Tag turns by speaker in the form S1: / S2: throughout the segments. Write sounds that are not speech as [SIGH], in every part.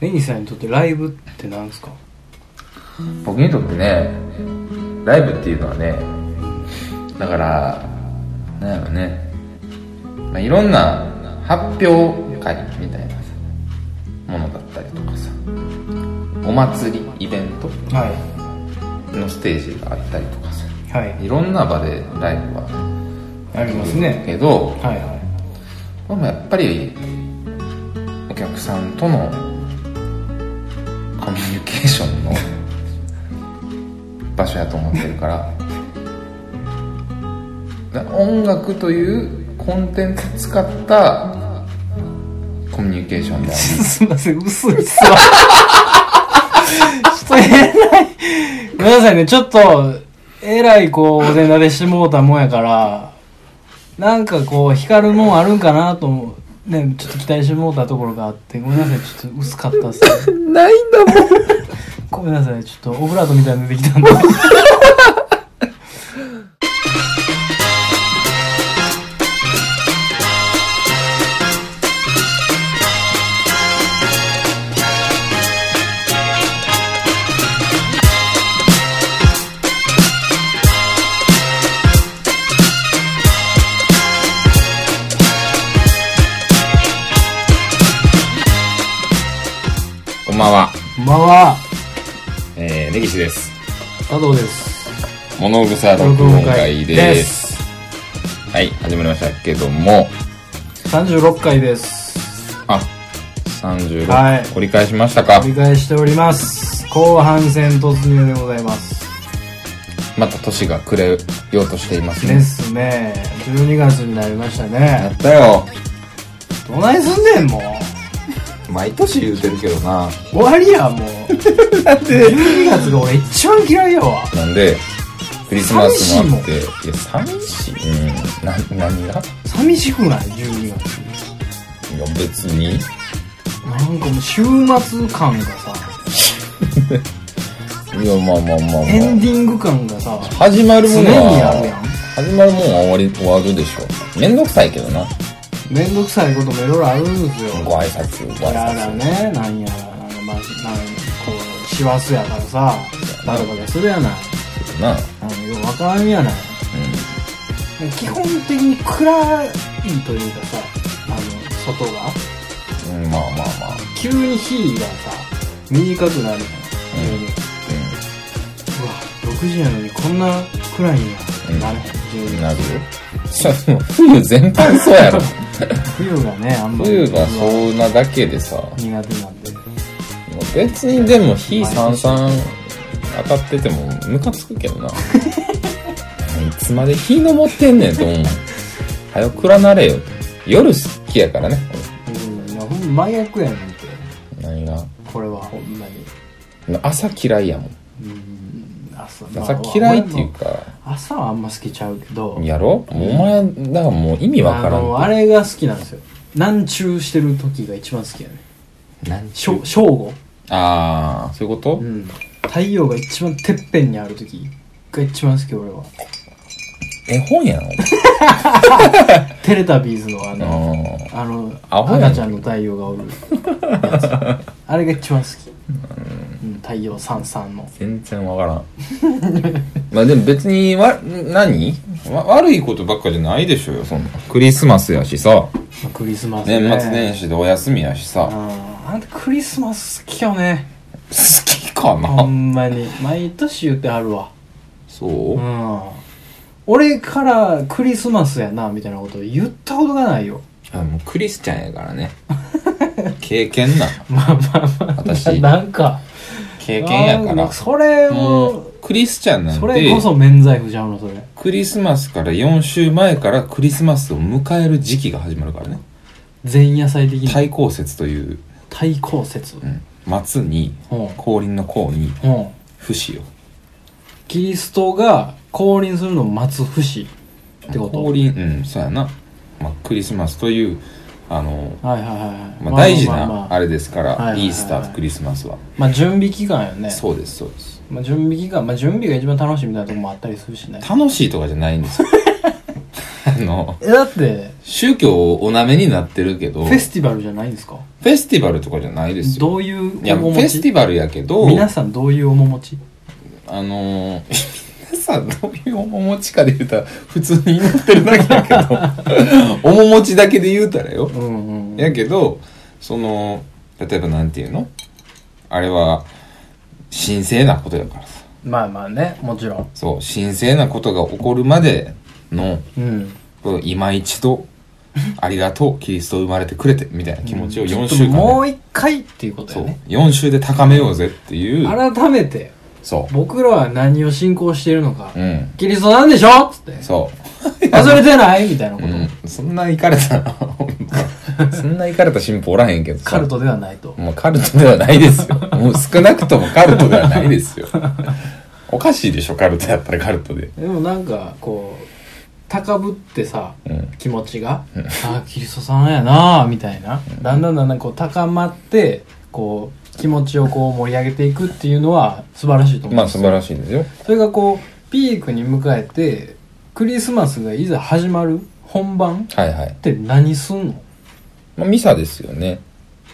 S1: レニーさんにとってライブってなんですか
S2: 僕にとってねライブっていうのはねだからなんやろね、まあ、いろんな発表会みたいなさものだったりとかさお祭りイベント
S1: は
S2: のステージがあったりとかさ
S1: いはい
S2: いろんな場でライブは
S1: あります
S2: ある
S1: ね
S2: けど
S1: はいは
S2: でもやっぱりお客さんとのコミュニケーションの場所やと思ってるからな音楽というコンテンツ使ったコミュニケーションであ
S1: いすいません薄いっすわちょっとえらいごめんなさいねちょっとえらいこうお膳立てしてもうたもんやからなんかこう光るもんあるんかなと思うねちょっと期待してもうたところがあってごめんなさいちょっと薄かったっすね [LAUGHS]
S2: りないんだもん
S1: ごめんなさい、ちょっとオブラートみたいなの出てきたんで。
S2: こんばんは、
S1: こんばんは、
S2: えー、根岸です
S1: 佐藤です。
S2: 物草録音会ですはい始まりましたけども
S1: 36回です。
S2: あ36、
S1: はい
S2: 折り返しましたか
S1: 繰り返しております。後半戦突入でございます。
S2: また年が暮れようとしています
S1: で
S2: ね。
S1: すね。12月になりましたね
S2: や。ったよ。
S1: どないすんねん、もう。
S2: 毎年言うてるけどな。
S1: 終わりや、もう。
S2: なんで
S1: 12月が俺一番嫌いやわ。
S2: なんで、クリスマスもあって、
S1: 寂
S2: いや、寂しい。うん、な、何が
S1: 寂しくない ?12 月。
S2: いや、別に。
S1: なんかもう週末感がさ、
S2: いや、まあまあまあ
S1: エン
S2: ま
S1: ディング感がさ、
S2: あ。始まるも
S1: 常
S2: ん
S1: にあるや
S2: は、
S1: ん。
S2: 始まるもんは終わり、終わるでしょ。めんどくさいけどな。
S1: めんどくさいこともいろいろあるんですよ。
S2: ご挨拶、ご挨
S1: やだ
S2: 拶。
S1: ね、なんやら、なんか、まあ、なんこう、師走やからさ、バタバタするやない。
S2: な。
S1: あの、ようわからんやない。
S2: う
S1: 基本的に暗いというかさ、あの、外が、
S2: ん。うん、まあまあまあ。
S1: 急に日がさ、短くなるやん。
S2: うん
S1: ううわ、6時やのにこんな暗いんや。
S2: うん
S1: なるへん、
S2: うん。
S1: 12
S2: なるよ。 [LAUGHS] それはもう冬全般そうやろ。
S1: 冬がね、あんまり
S2: 冬
S1: 僕
S2: が
S1: は
S2: そうなだけでさ。
S1: 苦手なんで。
S2: もう別にでも火三々当たっててもムカつくけどな [LAUGHS] いつまで火登ってんねんと思う早く暗なれよと夜好きやからね
S1: うん、いや、ほんま真逆やねんて。
S2: 俺何が
S1: これはほんまに。
S2: 朝嫌いやもん
S1: うん、朝、まあ
S2: 朝嫌いっていうか、
S1: 朝はあんま好きちゃうけど、
S2: やろもうお前だからもう意味わ
S1: あ
S2: から
S1: の、
S2: ん
S1: あれが好きなんですよ。南中してる時が一番好きやね。
S2: 何
S1: しょ正午。
S2: ああそういうこと、
S1: うん。太陽が一番てっぺんにある時が一番好き、俺は。
S2: 絵
S1: [LAUGHS]
S2: 本やん
S1: テレタビーズのあの、
S2: あ
S1: あの、
S2: アホやね
S1: 赤ちゃんの太陽がおるや
S2: [LAUGHS]
S1: つ。あれが一番好き。うん、太陽三三の。
S2: 全然わからん [LAUGHS] まあでも別にわ何わ悪いことばっかじゃないでしょうよそんなクリスマスやしさ
S1: まあクリスマスね。
S2: 年末年始でお休みや
S1: う
S2: しさ
S1: ん。あんたクリスマス好きよね。
S2: 好きか
S1: ほ
S2: なん
S1: まに。毎年言ってはるわ。
S2: そううん
S1: 俺からクリスマスやなみたいなこと言ったことがないよ [LAUGHS]
S2: あもうクリスチャンやからね [LAUGHS] 経験な
S1: まあまあまあ
S2: 私
S1: ななんか
S2: 経験やか
S1: なん
S2: ら
S1: それ
S2: も
S1: を
S2: うクリスチャンなん
S1: それ
S2: で
S1: こそ免罪符ちゃうのそれ
S2: クリスマスから4週前からクリスマスを迎える時期が始まるからね
S1: 前夜祭的な
S2: 対抗節という、
S1: 対抗説う
S2: うんん、松に降臨の降に
S1: うん
S2: 不死よ
S1: キリストが降臨するのを待つ節ってこと
S2: 降臨うんそうやな、まあ、クリスマスというあの、
S1: はいはいはいはい
S2: まあ、大事
S1: まあまあま
S2: な
S1: あ
S2: あれですから、
S1: はいはいはい
S2: イースターとクリスマスは、
S1: まあ準備期間よね
S2: そうですそうです
S1: まあ準備期間まあ準備が一番楽しいみたいなとこもあったりするしね [LAUGHS]
S2: 楽しいとかじゃないんですよあの、
S1: えだって
S2: 宗教をおなめになってるけど、
S1: フ
S2: フ
S1: ェ
S2: ェ
S1: スティバルじゃないんですか
S2: スティバルとかじゃないですよ。
S1: どういう
S2: いや、フ
S1: 面
S2: ェ
S1: 持
S2: ステ
S1: ち
S2: ィバルやけど、
S1: 皆さんどういう面持ち
S2: あのー、皆さんどういう面持ちかで言うたら、普通に祈ってるだけだけ
S1: [LAUGHS]
S2: ど、面持ちだけで言うたらよ。
S1: うんうんうん
S2: やけど、その、例えばなんていうのあれは、神聖なことやからさ。
S1: まあまあねもちろん
S2: そう、神聖なことが起こるまでの、
S1: うん
S2: 今一度、ありがとう、キリスト生まれてくれて、みたいな気持ちを4週間で、
S1: もう一回っていうこと
S2: そ
S1: よ
S2: う
S1: ね、
S2: 4週で高めようぜっていう、
S1: 改めて
S2: そ
S1: 僕らは何を信仰しているのか、
S2: う、うん、
S1: キリストなんでしょっつって
S2: そう。
S1: 忘れてないみたいなこと、
S2: うん、そんな [LAUGHS] イカれた、ほんまそんなイカれた神父おらへんけどさ
S1: カル。トではないと、
S2: もうカルトではないです [LAUGHS] よ。もう少なくともカルトではないですよ。おかしいでしょ、カルトやったらカルトで。
S1: でもなんかこう高ぶってさ
S2: うん。
S1: 気持ちが、ああキリストさんやなあみたいな、だんだんだんだんこう高まってこう気持ちをこう盛り上げていくっていうのは素晴らしいと思う
S2: ま
S1: ん
S2: あ
S1: です
S2: 素
S1: よ
S2: 晴らしいですよ。
S1: それがこうピークに迎えてクリスマスがいざ始まる本番
S2: はいはい
S1: っ。て何すんの
S2: まあミサですよね。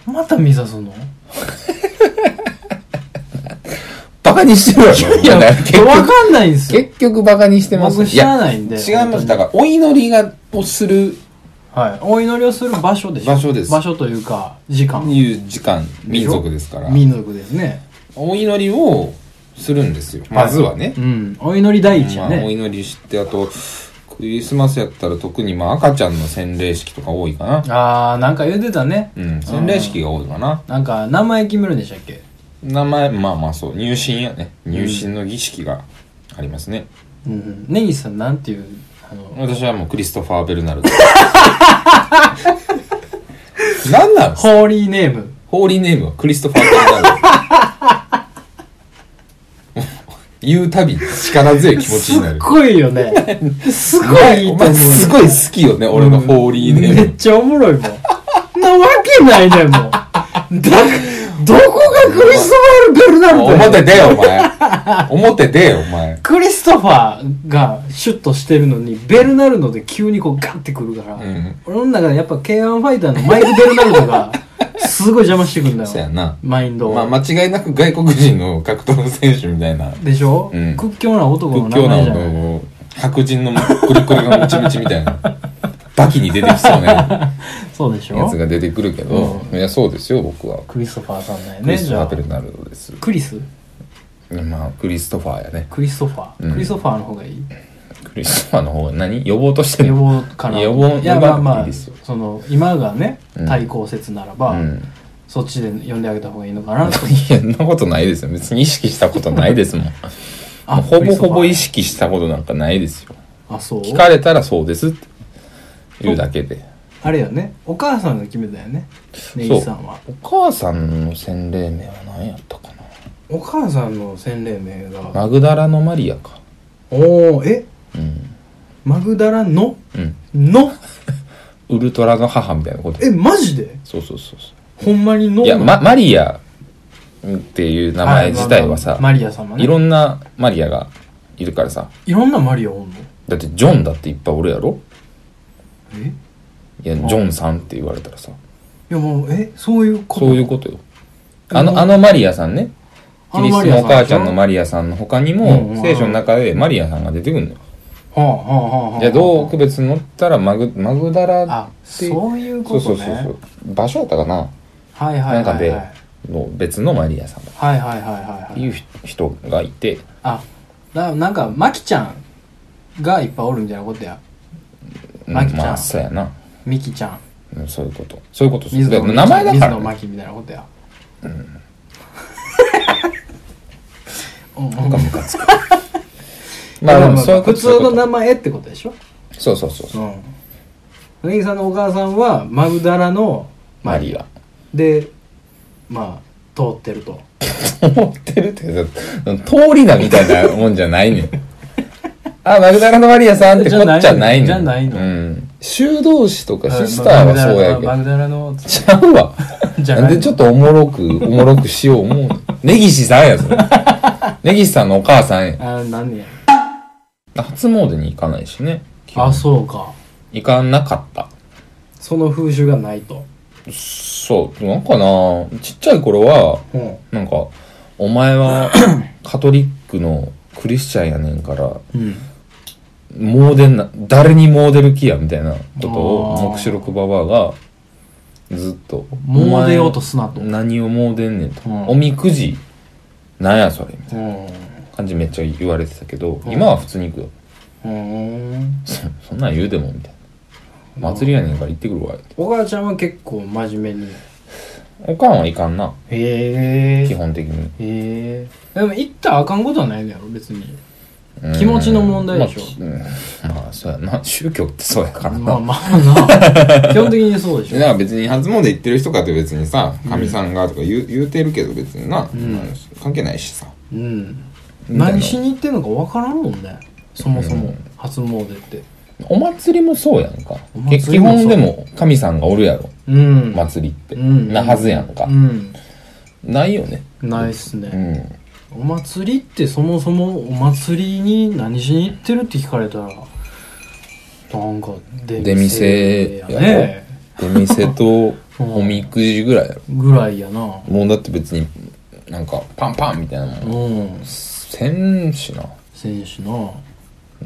S1: またミサすんの
S2: バカにしてるやろ。
S1: いや、
S2: だ
S1: わ
S2: から結局、
S1: かんないんですよ。
S2: 結局バカにしてますよ
S1: 僕知らないんで
S2: いや違い
S1: 本
S2: ます。
S1: 当に
S2: だから、お祈りが、をする、
S1: はい。お祈りをする場所でしょ
S2: 場所です
S1: 場所というか、時間。
S2: いう時間、民族ですから。
S1: 民族ですね。
S2: お祈りをするんですよ。まずはね。
S1: うん。お祈り第一や
S2: まあ、お
S1: ね。
S2: 祈りしてあとクリスマスやったら特にまあ赤ちゃんの洗礼式とか多いかな
S1: あー、なんか言ってたね。
S2: うん洗礼式が多いかな
S1: なんか、名前決めるんでしたっけ
S2: 名前まあまあそう入信やね入信の儀式がありますね、
S1: うん。根岸さん、なんていう、あの、
S2: 私はもうクリストファー・ベルナル [LAUGHS] ド何なんです
S1: ホーリーネーム。
S2: ホーリーネームはクリストファー・ベルナルド言うたびに力強い気持ち
S1: す
S2: にな
S1: っ
S2: る
S1: ごいよね。すごいいい
S2: お
S1: と思
S2: 前
S1: う。
S2: すごい好きよね俺のホーリーネーム
S1: めっちゃおもろいもん。なわけないねん、もう。だ、どこがクリスマル・ベルナルドやねん
S2: 表出よ、お前。表出よ、お前。
S1: クリストファーがシュッとしてるのに、ベルナルドで急にこうガンってくるから、
S2: ん
S1: 俺の中でやっぱ K1 ファイターのマイク・ベルナルドが、すごい邪魔してくんだ
S2: そうや
S1: よ。
S2: な。
S1: マインドを。
S2: まあ、間違いなく外国人の格闘選手みたいな、
S1: でしょ、
S2: うん
S1: 屈強な男の
S2: 屈
S1: 名
S2: 強な
S1: 前じゃない
S2: の、白人のクリクリがムチムチみたいな、バキに出てきそうな
S1: そうでし
S2: やつ
S1: ょ
S2: が出てくるけど、いや、そうですよ、僕は。
S1: クリストファーさんだよ
S2: ク
S1: ね。
S2: リス
S1: じ
S2: トフ
S1: ゃ
S2: ァー・
S1: あ
S2: ベ、ルナルドです。
S1: クリス
S2: まあ、クリストファーやね。
S1: クリストファー、
S2: うん
S1: クリストファーの方がいい
S2: クリストファーの方、何呼ぼうとしてる
S1: 予防かな。
S2: 予防
S1: いや、まあ
S2: 呼ばな
S1: まあ、
S2: くていいですよ
S1: その、今がね、
S2: うん
S1: 対抗説ならば、
S2: うん。
S1: そっちで呼んであげた方がいいのかなと。
S2: いや、そんなことないですよ。別に意識したことないですもん。
S1: あ
S2: ほぼほぼ
S1: クリ
S2: 意
S1: ス
S2: 識したことなんかないですよ。
S1: トファーあ、そう
S2: 聞かれたらそうですって言うだけで。
S1: あれよねお母さんが決めたよねネギさんは
S2: お母さんの洗礼名は何やったか
S1: お母さんの洗礼名
S2: な
S1: が
S2: マグダラのマリアか。
S1: おおえ
S2: うん。
S1: マグダラの
S2: うん。
S1: の
S2: ウルトラの母みたいなこと。
S1: えマジで
S2: そうそうそうそ
S1: ほんまにの
S2: う。いや、ま、マリアっていう名前自体はさ
S1: あ、マリア様ね
S2: いろんなマリアがいるからさ。
S1: いろんなマリアおんの
S2: だってジョンだっていっぱいおるやろ
S1: えい
S2: いや、ジョンさんって言われたらさ。
S1: やもうえそういうこと
S2: そういうことよ。あの、あのマリアさんね。キ
S1: あの
S2: リ
S1: マ
S2: ス
S1: リア
S2: の
S1: さん
S2: お母ちゃんのマリアさんの他に
S1: うんうん
S2: も、聖書の中でマリアさんが出てくるのよ。
S1: はあはあはあはあ
S2: いや、どう区別乗ったらマグ、マグダラ
S1: あ
S2: って、
S1: そういうことね
S2: そうそうそうそう。場所だったかな
S1: はいはい
S2: な
S1: は
S2: ん
S1: いは
S2: か
S1: い
S2: で
S1: はい、
S2: の別のマリアさんっ
S1: はいはいはい
S2: て
S1: はい
S2: いう人がいて、
S1: あだなんかマキちゃんがいっぱいおるみたいなことや
S2: うん
S1: マキちゃん
S2: まあ、そうやな。
S1: ミキちゃん
S2: うんそういうこと。そういうことそう
S1: 水野
S2: だから名前だか
S1: 水
S2: ら
S1: 野
S2: ね、
S1: 真紀みたいなことやうん
S2: なんかムカつく。
S1: [LAUGHS]
S2: まあ
S1: ま
S2: で
S1: あ
S2: も
S1: まあ
S2: そういうこ
S1: 普
S2: と。
S1: 通の
S2: そういうこ
S1: 名前ってことでしょ
S2: とそうそうそう。
S1: うん根岸さんのお母さんはマグダラの
S2: マリア。
S1: でまあ通ってると
S2: 思ってるって通りなみたいなもんじゃな
S1: [LAUGHS]
S2: いねん。あ、マグダラのマリアさんってこっちゃないねん。
S1: じゃないの
S2: うん。修道士とかシスターはそうやけ
S1: マ
S2: ど。
S1: グダラのマグダラの
S2: ちゃうわ。
S1: じゃ
S2: な
S1: なんい
S2: でちょっとおもろく、おもろくしよう思うの。根岸さんやぞ。根岸さんのお母さんや。
S1: あ何や
S2: 初詣に行かないしね。
S1: あそうか
S2: 行かなかった。
S1: その風習がないと。
S2: そう、なんかなちっちゃい頃は、
S1: うん。
S2: なんか、お前はカトリックのクリスチャンやねんから、
S1: うん。
S2: もうでんな、誰にもうでる気や、みたいなこと
S1: あー
S2: を、目視録ババアが、ずっと、
S1: もう出ようとすなと
S2: お前何をもうでんねんと。
S1: うん
S2: おみくじ、なんやそれ、みたい
S1: うん。
S2: な感じめっちゃ言われてたけど、
S1: うん
S2: 今は普通に行くよ。
S1: うん。
S2: そそんなん言うても、みたいな。祭りやねんから行ってくるわ、って。
S1: お母ちゃんは結構真面目に。
S2: おかんはいかんな、
S1: へえ。
S2: 基本的に。
S1: へえ。でも行ったらあかんことはないのやろ、別に。気持ちの問題でしょ
S2: ょ。まあ、うんまあそうやな。宗教ってそうやからな。
S1: まあまあな。
S2: [LAUGHS]
S1: 基本的にそうでし
S3: で
S1: ょ。
S3: なんか別に初詣行ってる人かって別にさかみさんがとか言う,、言うてるけど別にな、
S1: ん
S3: まあ関係ないしさ
S1: うん。
S2: みたいな
S1: 何しに行ってんのかわからんもんね。そもそも、初詣って。
S2: お祭りもそうやんか
S1: お。
S2: け
S1: 祭
S2: 基
S1: りもそう
S2: 本でも神さんがおるやろ。
S1: うん。
S2: 祭りって。
S1: うん
S2: なはずやんか
S1: う。ん。
S2: ないよね。
S1: ないっすね。
S2: うん。
S1: お祭りってそもそもお祭りに何しに行ってるって聞かれたらなんか出
S2: 出店
S1: 店や
S2: やろ
S1: ね
S2: 出店
S1: [LAUGHS]
S2: とおみくじぐらいやろ。
S1: ぐらいやな
S2: もうだって別になんかパンパンみたいなもん。
S1: うん
S2: せんしな。
S1: 選手な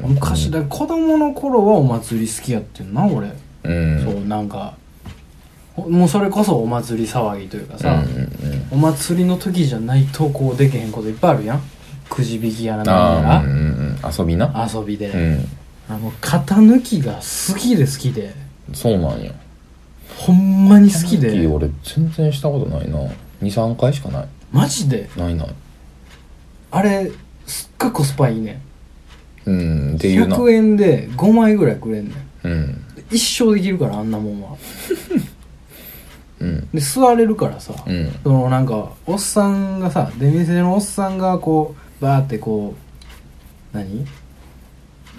S1: 昔だ子供の頃はお祭り好きやってんな俺、
S2: うん。
S1: そうなんかほもうそれこそお祭り騒ぎというか
S2: うんう
S1: さ、
S2: ん
S1: お祭りの時じゃないとこうできへんこといっぱいあるやんくじ引きやら
S2: うん。ああ、
S1: な
S2: うん
S1: んや
S2: うんうん。遊びな。
S1: ら遊びで、
S2: うん。
S1: あの型抜きが好きで好きで
S2: そうなんや。
S1: ほんまに好き
S2: さっき
S1: で
S2: 俺全然したことないな。2、3回しかない。
S1: マジで
S2: ないない。
S1: あれすっごいコスパいいね
S2: うん。っていうな。
S1: 100円で5枚ぐらいくれんねん
S2: うん。
S1: 一生できるからあんなもんは
S2: うん。
S1: で座れるからさ、
S2: うん。
S1: そのなんかおっさんがさ出店のおっさんがこうバーってこう何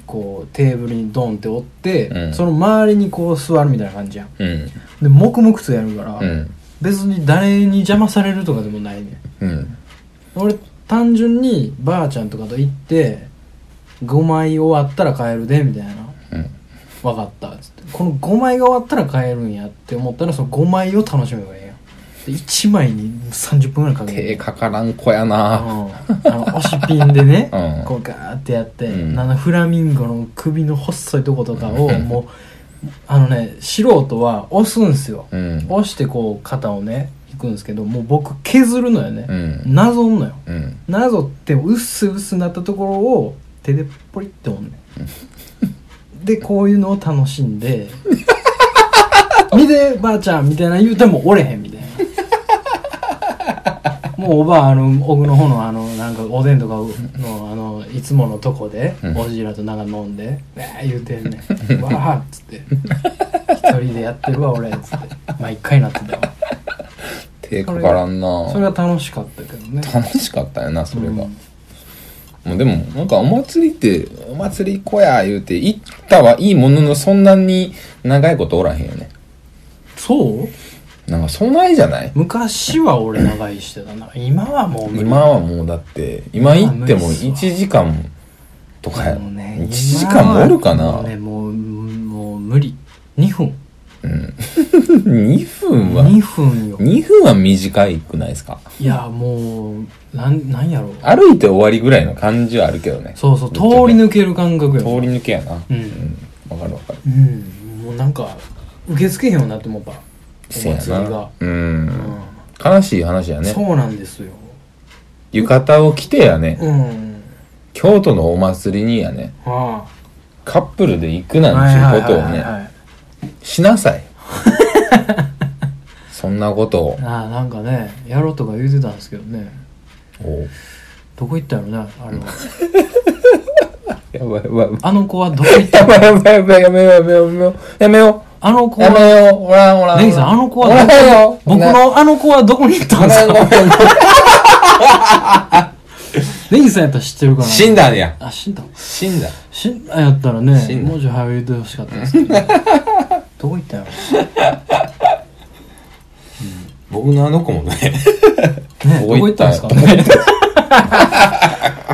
S1: こうテーブルにドンって折って、
S2: うん
S1: その周りにこう座るみたいな感じやん
S2: うん。
S1: で黙々とやるから、
S2: うん。
S1: 別に誰に邪魔されるとかでもないねん
S2: うん。
S1: 俺単純にばあちゃんとかと行って5枚終わったら帰るでみたいな
S2: うん。
S1: 分かったっつってこの5枚が終わったら帰るんやって思ったらその5枚を楽しめばいいやんで1枚に30分ぐらいかけ
S2: 手
S1: る
S2: かからん子やな
S1: うん、あの押しピンでね、
S2: [LAUGHS] うん
S1: こうガーってやって、
S2: うん
S1: あのフラミンゴの首の細いとことかを
S2: うん
S1: もうあのね素人は押すんですよ、
S2: うん
S1: 押してこう肩をね引くんですけどもう僕削るのよね
S2: う、ん
S1: なぞんのよ
S2: うん
S1: なぞってうっすうっすなったところを手でポリって折んね
S2: [LAUGHS]
S1: んでこういうのを楽しんで [LAUGHS] 「見てばあちゃん」みたいな言うても折れへんみたい
S2: [LAUGHS]
S1: なもうおばああの奥の方のあのなんかおでんとかのあのいつものとこで
S2: うん
S1: おじいらとなんか飲んで「わあ」言うてんねん「わあ」っつって「一人でやってるわ俺」っつって毎回なってたわ
S2: 手かからんな
S1: それは楽しかったけどね
S2: 楽しかったよなそれが、
S1: うん
S2: もうでもなんかお祭りってお祭り子や言うて行ったはいいもののそんなに長いことおらへんよね
S1: そう
S2: なんかそないじゃない
S1: 昔は俺長居してたな今はもう無理
S2: 今はもうだって今行っても1時間とかや
S1: もうね
S2: 1時間もおるか
S1: 今
S2: な
S1: はもうねもうもう無理2分
S2: 2分は
S1: 2分よ
S2: 2分は短いくないですか
S1: いやもうなんなんやろう
S2: 歩いて終わりぐらいの感じはあるけどね
S1: そうそう通り抜ける感覚よ
S2: 通り抜けやな
S1: う
S2: うん
S1: ん、
S2: わかるわかる
S1: うん、もうなんか受け付けへんようになってもうたお祭り
S2: せや
S1: が
S2: な、う
S1: うん
S2: ん悲しい話やね
S1: そうなんですよ
S2: 浴衣を着てやね、
S1: うん
S2: 京都のお祭りにやね
S1: あ
S2: カップルで行くな
S1: あ
S2: んちゅうことを
S1: はいはいはいはい
S2: ね
S1: はい
S2: しなさ
S1: [LAUGHS]
S2: いそんなことを
S1: ああなんかねやろうとか言うてたんですけどね
S2: おう
S1: どこ行ったのねあれは
S2: やばいやばい
S1: あの子はどこ行った
S2: や
S1: の
S2: ばいやばいやばいやめようやめようやめようやめよ
S1: あの子
S2: うや
S1: は
S2: めようほらほら
S1: ネギさん、あの子は
S2: ほらよ
S1: 僕のあの子はどこに行った
S2: ご
S1: んで
S2: め
S1: す
S2: んご
S1: か
S2: めんごめん
S1: ネギさんやったら知ってるか
S3: [LAUGHS]
S1: な
S3: 死んだんや
S1: あ、死んだ。
S2: 死んだ
S1: 死んだやったらね
S2: 死ん、だ
S1: もうちょい早く言ってほしかったんですけ
S2: [LAUGHS]
S1: ど。どこ行ったんや
S3: 僕のあの子もね
S1: ろね、どこ行ったんですかね。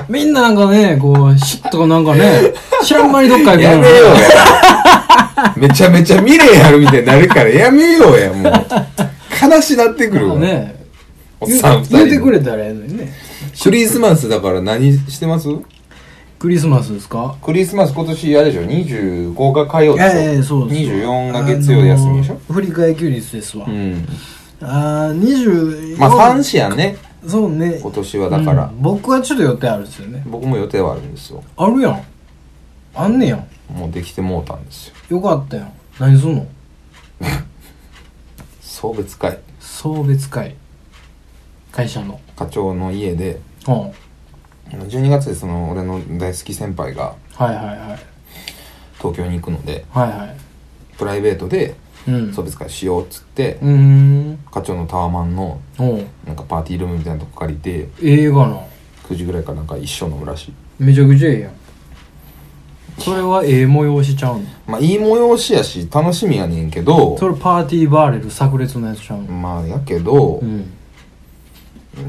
S1: みん
S2: [LAUGHS]
S1: ななんかね、こう、シュッとなんかね、知らん間にどっか行くの
S2: やめよう
S1: よ。 [LAUGHS]
S2: やめちゃめちゃ未練あるみたいになるからやめようやもう悲しなってくるわ、
S1: ね
S2: おっさん二人
S1: 言うてくれたらええのにね
S2: クリスマスだから何してます
S1: クリスマスですか
S2: クリスマス今年あれでしょ25が火曜
S1: い
S2: でしょ、
S1: やいやそうです
S2: 24が月曜で休みでし
S1: あ
S2: ょ
S1: のー振り替え休日ですわ、
S2: うん
S1: ああ24
S2: まあ3子やね
S1: そうね
S2: 今年はだから、
S1: うん僕はちょっと予定あるんですよね
S2: 僕も予定はあるんですよ
S1: あるやんあんねやん
S2: もうできてもうたんですよ
S1: よかったやん何すんの
S2: 送別会
S1: 送別会会社の
S2: 課長の家で
S1: うん
S2: 12月でその俺の大好き先輩が
S1: はいはいはい
S2: 東京に行くので
S1: はいはい
S2: プライベートで
S1: うん
S2: 送別会しようっつって、
S1: うーん
S2: 課長のタワマンの
S1: おう
S2: なんかパーティールームみたいなとこ借りて
S1: 映画な
S2: 9時ぐらいからなんか一緒飲むらしい
S1: めちゃくちゃええやんそれはええ催しちゃうの
S2: まあいい催しやし楽しみやねんけど
S1: それパーティーバーレル炸裂のやつちゃうの
S2: まあやけど、
S1: うん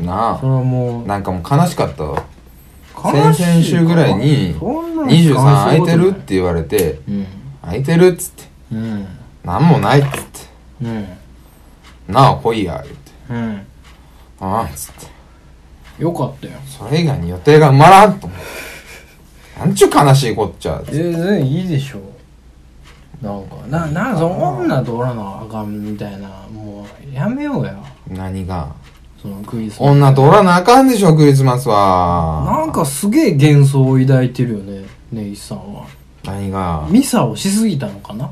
S2: な
S1: それはも
S2: あ
S1: う
S2: なんかもう悲しかったわ
S1: 悲しい
S2: 先々週ぐらいに
S1: そんなの悲しい
S2: 23
S1: こと
S2: 空いてるっ
S1: ない
S2: て言われて
S1: うん
S2: 空いてるっつって
S1: うん
S2: なんもないっつって
S1: うん
S2: なあ来いや言って
S1: うん
S2: ああっつって
S1: よかったよ
S2: それ以外に予定が埋まらんと思うなんちゅう悲しいこっちゃ
S1: え全然いいでしょなんかななんかその女とおらなあかんみたいなもうやめようや
S2: 何が
S1: そのクリスマス
S2: 女とおらなあかんでしょクリスマスは
S1: なんかすげえ幻想を抱いてるよね根岸さんは
S2: 何が
S1: ミサをしすぎたのかな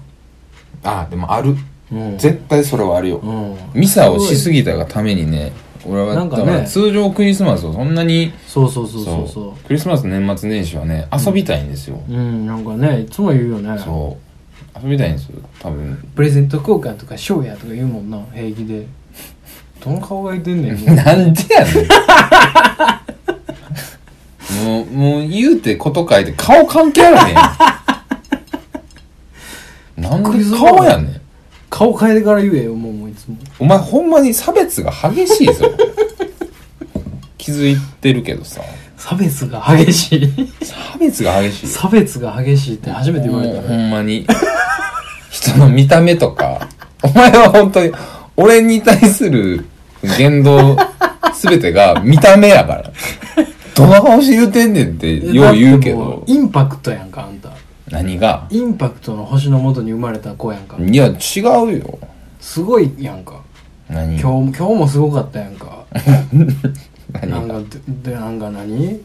S2: ああでもある
S1: うん
S2: 絶対それはあるよ
S1: うん
S4: ミサをしすぎたがためにね俺は
S1: なんかね
S4: だから通常クリスマスをそんなに
S1: そうそうそうそうそう
S4: クリスマス年末年始はね遊びたいんですよ、
S1: うんなんかねいつも言うよね
S4: そう遊びたいんですよ多分 [LAUGHS]
S1: プレゼント交換とかショーやとか言うもんな平気でどの顔がいてんねんもう
S4: なんでやねんもうもう言うてこと書いて顔関係あらへんや
S1: [LAUGHS]
S4: んなんで顔やねん
S1: [LAUGHS] 顔変えてから言えよもうもういつも
S4: お前ほんまに差別が激しいぞ [LAUGHS] 気づいてるけどさ
S1: 差別が激しい
S4: 差別が激しい
S1: 差別が激しいって初めて言われ
S4: もう
S1: た
S4: ほ
S1: ね
S4: んまに人の見た目とかお前は本当に俺に対する言動全てが見た目やからどの顔して言うてんねんって
S1: え
S4: よう言うけ
S1: だっても
S4: ど
S1: インパクトやんかあんた
S4: 何が
S1: インパクトの星のもとに生まれた子やんか
S4: いや違うよ
S1: すごいやんか
S4: 何
S1: 今日今日もすごかったやんかな
S4: [LAUGHS] 何
S1: んかででなんか何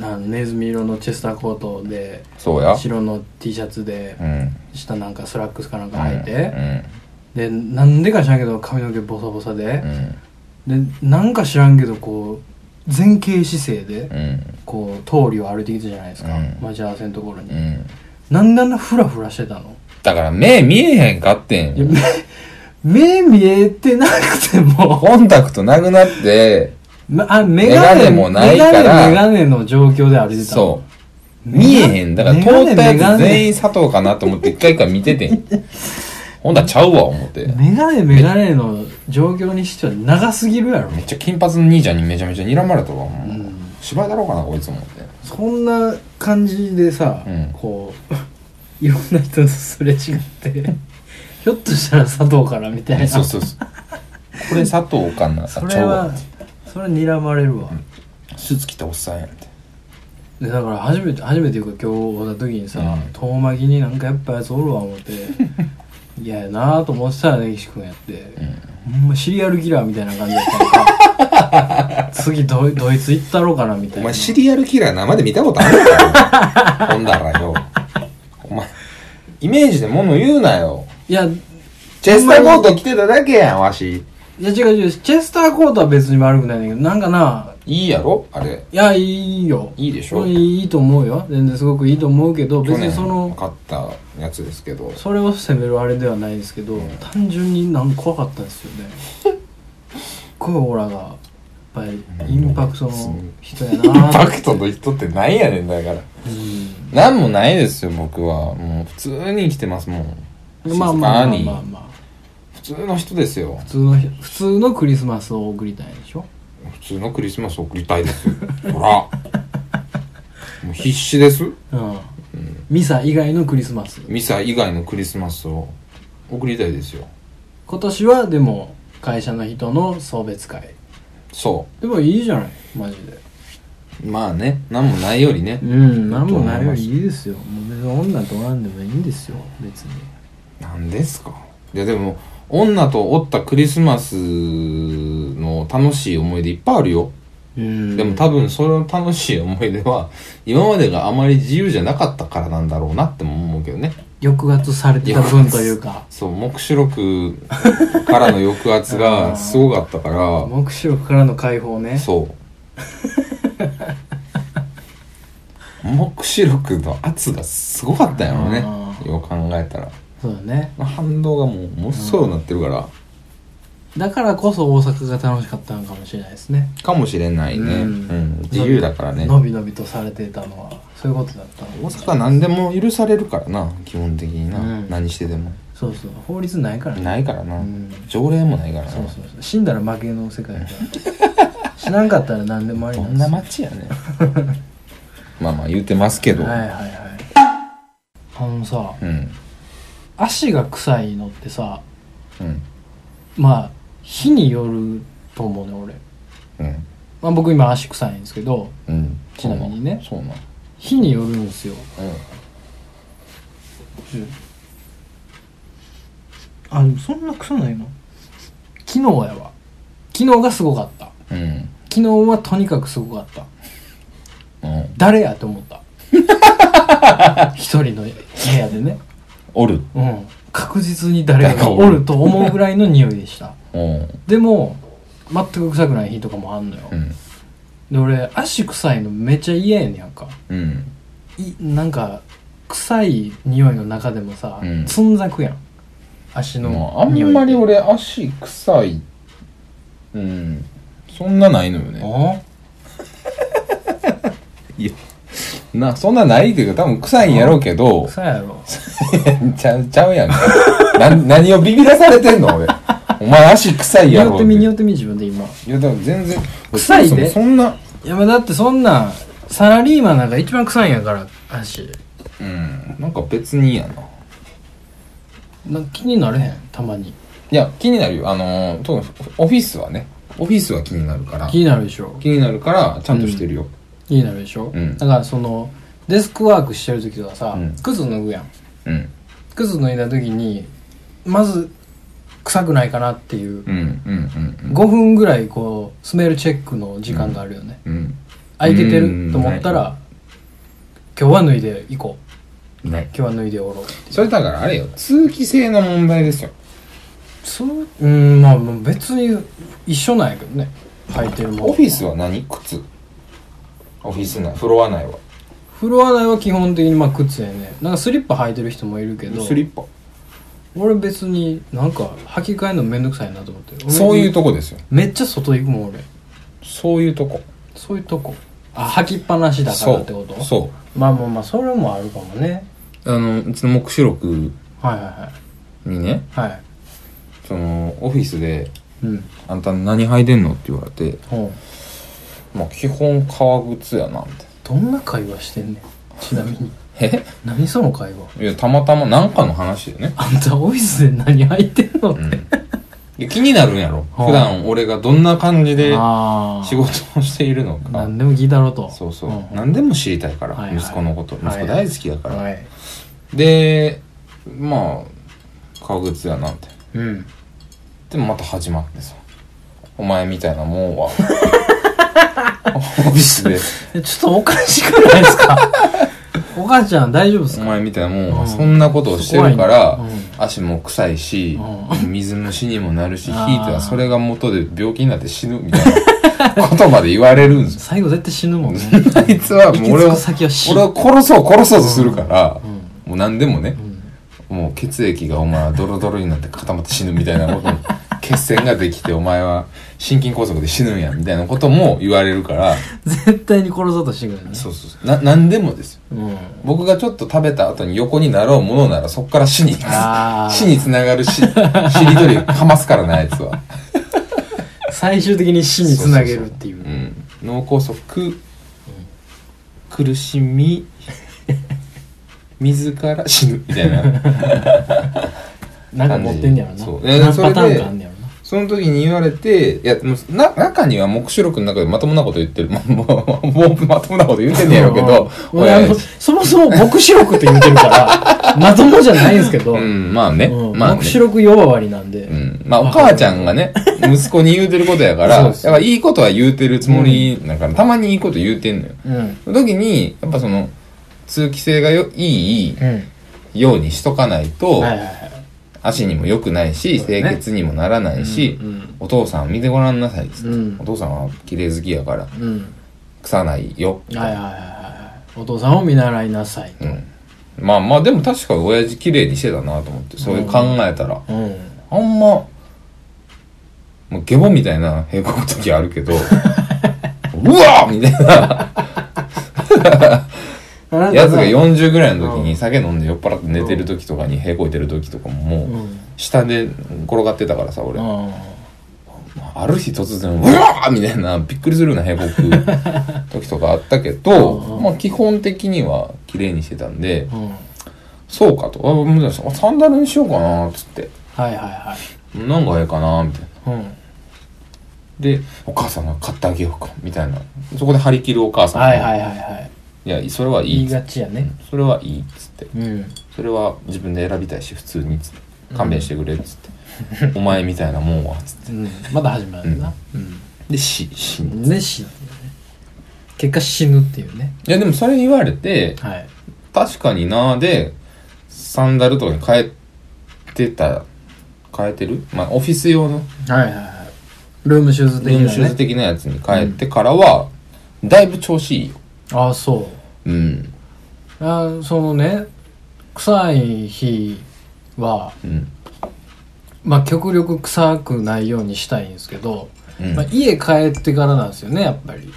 S1: なんネズミ色のチェスターコートで
S4: そうや
S1: 白の T シャツで
S4: うん
S1: 下なんかスラックスかなんか履いて、
S4: うん
S1: でなんでか知らんけど髪の毛ボサボサで
S4: う、ん
S1: でなんか知らんけどこう前傾姿勢で、
S4: うん
S1: こう通りを歩いてきたじゃないですか、
S4: うん
S1: 待ち合わせのところに、
S4: うん
S1: なんであんなフラフラしてたの
S4: だから目見えへんかって
S1: いや
S4: ん
S1: [LAUGHS] 目目見えてなくても [LAUGHS]
S4: コンタクトなくなって
S1: まあメガ
S4: メガネ
S1: ネ
S4: もないから
S1: メガネメガネの状況で歩いてた
S4: そう
S1: う
S4: 見えへん。だから通ったやつ全
S1: 員
S4: 員佐藤かなと思って一回一回見ててん。ほんだらちゃうわ、思って。
S1: メガネメガネの状況にしては長すぎるやろ
S4: めっちゃ金髪の兄ちゃんにめちゃめちゃ睨まれたわ、も
S1: う
S4: う。
S1: ん
S4: 芝居だろうかな、こいつ思って。
S1: [LAUGHS] そんな感じでさ、
S4: うん
S1: こう [LAUGHS] いろんな人とすれ違
S4: [LAUGHS]
S1: ってひょっとしたら佐藤からみたいな
S4: そうそうそう。これ佐藤かな、
S1: そ
S4: あち
S1: れ
S4: ゃうわ
S1: は。それは睨まれるわ、
S4: スーツ着たおっさんやんって。
S1: でだから初めて初めていうか今日おった時にさ、
S4: うん
S1: 遠巻きになんかやっぱやつおるわ思って嫌やなと思ってたら根岸君やって、ほんまシリアルキラーみたいな感じやったから次ドイドイツ行ったろうかなみた
S2: お
S1: いな
S2: 前シリアルキラー生で見たことあるのかほんだらよお前イメージで物言うなよ
S1: いや
S2: チェスターコート着てただけやんわし
S1: いや違う違うチェスターコートは別に悪くないんだけどなんかない
S4: いやろあれ。
S1: いやいいよ
S4: いいでしょ
S1: うんいいと思うよ全然すごくいいと思うけど
S2: 去
S1: 別に
S2: 年
S1: その
S2: 買ったやつですけど
S1: それを責めるあれではないですけど、単純になんか怖かったんですよ [LAUGHS] ねこういうオーラがやっぱりインパクトの人やな
S2: インパクトの人ってなんやねんだから
S1: うん
S4: なんもないですよ、僕は。もう普通に生きてますもん。
S1: まあまあまあまあ、
S4: 静かに
S1: まあ、
S4: 普通の人ですよ。
S1: 普通の人普通のクリスマスを送りたいでしょ
S2: 普通のクリスマス [LAUGHS] 送りたいですよほらもう必死です
S1: うん、ミサ以外のクリスマス
S2: ミサ以外のクリスマスを送りたいですよ
S1: 今年はでも会社の人の送別会
S2: そ
S1: でもいいじゃないマジで
S2: うまあね何もないよりね
S1: うん何もないよりいいですよもう別に女とおらんでもいいんですよ別に
S2: 何ですかいやでも女とおったクリスマスの楽しい思い出いっぱいあるよ
S1: うん
S2: でも多分その楽しい思い出は今までがあまり自由じゃなかったからなんだろうなっても思うけどね
S1: 抑圧されてた分というか
S2: そう黙示録からの抑
S1: [LAUGHS]
S2: 圧がすごかったから
S1: 目視録からの解放ね
S2: そう [LAUGHS] 黙示録の圧がすごかったんやろね
S1: あ
S2: よう考えたら
S1: そうだね
S2: 反動がもうものすごいになってるから
S1: だからこそ大阪が楽しかったのかもしれないですね
S2: かもしれないね、
S1: う
S2: うんん自由だからね
S1: のびのびとされてたのはそういうことだったの
S2: 大阪は何でも許されるからな基本的にな、
S1: うん
S2: 何してでも
S1: そうそう法律ないからね
S2: ないからな、
S1: うん
S2: 条例もないからな
S1: そうそうそう死んだら負けの世界だから死なんかったら何でもあり
S2: ど
S1: なん
S2: ん
S1: ですよ
S2: な街
S1: [LAUGHS]
S2: やねまあまあ言うてますけど、
S1: はいはいはいあのさ
S2: うん
S1: 足が臭いのってさ
S2: うん
S1: まあ日によると思うね俺、
S2: うん
S1: まあ、僕今足臭いんですけど
S2: うん
S1: ちなみにね
S2: そうなんう
S1: 日によるんですよ
S2: ん
S1: あそんな臭ないの昨日やわ昨日がすごかった
S2: うん
S1: 昨日はとにかくすごかった
S2: うん
S1: 誰やと思った [LAUGHS] 一人の部屋でね、
S2: おる
S1: うん、確実に誰かがおると思うぐらいの匂いでした
S2: うん
S1: でも全く臭くない日とかもあんのよ、
S2: うん
S1: で俺足臭いのめっちゃ嫌やねんやんか
S2: うん
S1: いなんか臭い匂いの中でもさ、
S2: うん
S1: つんざくやん足の
S2: ま
S1: 匂い
S2: ああん
S1: って
S2: まり俺足臭いうんそんなないのよね
S1: あ
S2: いやなそんなないっていうか多分臭いんやろうけど
S1: 臭いやろ
S2: ちゃうちゃうやん [LAUGHS] かな何をビビらされてんの俺お前足臭いや
S1: 匂
S2: ろ
S1: ってみ匂
S2: っ
S1: ってみ自分で今
S2: ていやでも全然
S1: 臭いで
S2: そもそもそんない
S1: やまあだってそんなサラリーマンなんか一番臭いんやから足
S2: うんなんか別にいいやな
S1: なんか気になれへんたまに
S2: いや気になるよあのーとオフィスはねオフィスは気になるから
S1: 気になるでしょ
S2: 気になるからちゃんとしてるよ
S1: 気になるでしょ、
S2: うん
S1: だからそのデスクワークしてる時とかさ、
S2: うん
S1: 靴脱ぐやん
S2: うん
S1: 靴脱いだ時にまず臭くないかなっていう、
S2: うんうんうん
S1: 5分ぐらいこうスメールチェックの時間があるよね、
S2: うん
S1: 空いててると思った
S2: うん
S1: ら今日は脱いで行こう
S2: うんない
S1: 今日は脱いでおろうっていう
S2: それだからあれよ通気性の問題ですよ
S1: そううんまあまあ別に一緒なんやけどね履いてるもん
S2: オフィスは何靴オフィス内フロア内は
S1: フロア内は基本的にまあ靴やねなんかスリッパ履いてる人もいるけど
S2: スリッパ
S1: 俺別になんか履き替えるのめんどくさいなと思って俺
S2: そういうとこですよ
S1: めっちゃ外行くもん俺
S2: そういうとこ
S1: そういうとこあ履きっぱなしだからってこと
S2: そうそう
S1: まあまあまあそれもあるかもね
S2: あのうちの黙示録
S1: はいは
S2: にね
S1: いはいはい
S2: そのオフィスで
S1: うん
S2: 「あんた何履いてんの?」って言われて
S1: ほう
S2: 「まあ基本革靴やな」みた
S1: どんな会話してんねんちなみに
S2: いな [LAUGHS] え
S1: 何その会話
S2: いやたまたまなんかの話でね、
S1: あんたオフィスで何履いてんのって、
S2: うん、いや気になるんやろ
S1: はあ
S2: 普段俺がどんな感じで
S1: ああ
S2: 仕事をしているのか
S1: 何でも聞いたろと
S2: そうそう、
S1: ん
S2: 何でも知りたいから、
S1: はいはい
S2: 息子のこと息
S1: はい
S2: 子大好きだから、
S1: はい
S2: でまあ革靴やなみたいな
S1: うん
S2: でもまた始まってさお前みたいな
S1: [LAUGHS]
S2: もんはオフィスで
S1: えちょっとおかしくないですか [LAUGHS] お母ちゃん大丈夫です
S2: お
S1: か
S2: 前みたいなもんは
S1: うん
S2: そんなことをしてるから、
S1: そこはいいね
S2: 足も臭いし、
S1: う
S2: 水虫にもなるしひいて
S1: あー
S2: はそれが元で病気になって死ぬみたいなことまで言われるんですよ
S1: 最後絶対死ぬも
S2: [LAUGHS]
S1: んね
S2: あいつは
S1: 行
S2: も
S1: き
S2: う俺
S1: 着
S2: を
S1: く先は死
S2: 俺を殺そう殺そうとするから、
S1: うん
S2: もう何でもね
S1: う、ん
S2: もう血液がお前はドロドロになって固まって死ぬみたいなことに血栓ができてお前は心筋梗塞で死ぬんやみたいなことも言われるから
S1: 絶対に殺そうとしてくれるね
S2: そうそうそうな何でもですよ
S1: うん
S2: 僕がちょっと食べた後に横になろうものならそっから死に
S1: あー
S2: 死につながるししりとりかますからねあいつは、
S1: 最終的に死につなげるっていう
S2: うん、脳梗塞苦しみ自ら死ぬみたいな
S1: なんか持ってんねやろな
S2: そうえー
S1: 何
S2: それ
S1: パ
S2: で
S1: ターンかあんねやろな
S2: その時に言われていやもうな中には黙示録の中でまともなこと言ってるまもうもうまともなこと言ってんねやろうけど
S1: うん俺あの
S2: 親
S1: そもそも黙示録って言ってる
S2: [LAUGHS]
S1: からまともじゃないんですけど、
S2: うんまあね、
S1: うん
S2: まあね
S1: 黙示録弱割りなんで、
S2: うんまあ、お母ちゃんがね、息子に言うてることやから、
S1: そ
S2: や
S1: う
S2: っ
S1: そう
S2: ぱいいことは言うてるつもりだから、たまにいいこと言うてんのよ。
S1: うん
S2: その時に、やっぱその、通気性がよいい
S1: うん
S2: ようにしとかない
S1: は
S2: と、
S1: いはいはい
S2: 足にも良くないし、
S4: うだね
S2: 清潔にもならないし、
S1: うん
S2: お父さん見てごらんなさいっつって、
S1: うん
S2: お父さんは綺麗好きやから、
S1: うん
S2: 腐らないよ。
S1: はいはいはいはいお父さんを見習いなさいと
S2: うん。まあまあ、でも確かに親父綺麗にしてたなと思って、そういう考えたら、
S1: うん、
S2: あんま、もうゲボみたいな平行時あるけ
S1: [LAUGHS]
S2: ど、うわみたいな
S1: あなたが
S2: やつが40ぐらいの時に酒飲んで酔っ払って寝てる時とかに平行いてる時とかも
S1: う
S2: もうん下で転がってたからさ俺
S1: うん
S2: ある日突然うわみたいなびっくりするような平行時とかあったけど
S1: うんうん
S2: まあ基本的には綺麗にしてたんで
S1: うん
S2: そうかとあもうサンダルにしようかなっつって
S1: はいはいはい
S2: なんかええかなみたいな
S1: うん
S2: でお母さんが買ってあげようかみたいなそこで張り切るお母さんが
S1: はいはいはいはい
S2: いやそれはい
S1: 言
S2: い
S1: い
S2: っつ
S1: がちやね
S2: それはいいっつって
S1: うん
S2: それは自分で選びたいし普通にっつって勘弁してくれっつって、
S1: [LAUGHS]
S2: お前みたいなもんはっつって
S1: うんまだ始まるなうん
S2: で死死ぬ
S1: ね死ぬっていうね結果死ぬっていうね
S2: いやでもそれ言われて
S1: はい
S2: 確かになーでサンダルとかに変えてた変えてるまあオフィス用の
S1: はいはいはいルームシューズ的
S2: ルームシュー
S1: な
S2: ズ
S1: ね
S2: 的なやつに変えてからは、だいぶ調子いいよ
S1: ああそう
S2: うん
S1: あそのね臭い日は
S2: うん
S1: まあ極力臭くないようにしたいんですけど、
S2: うん
S1: まあ、家帰ってからなんですよねやっぱり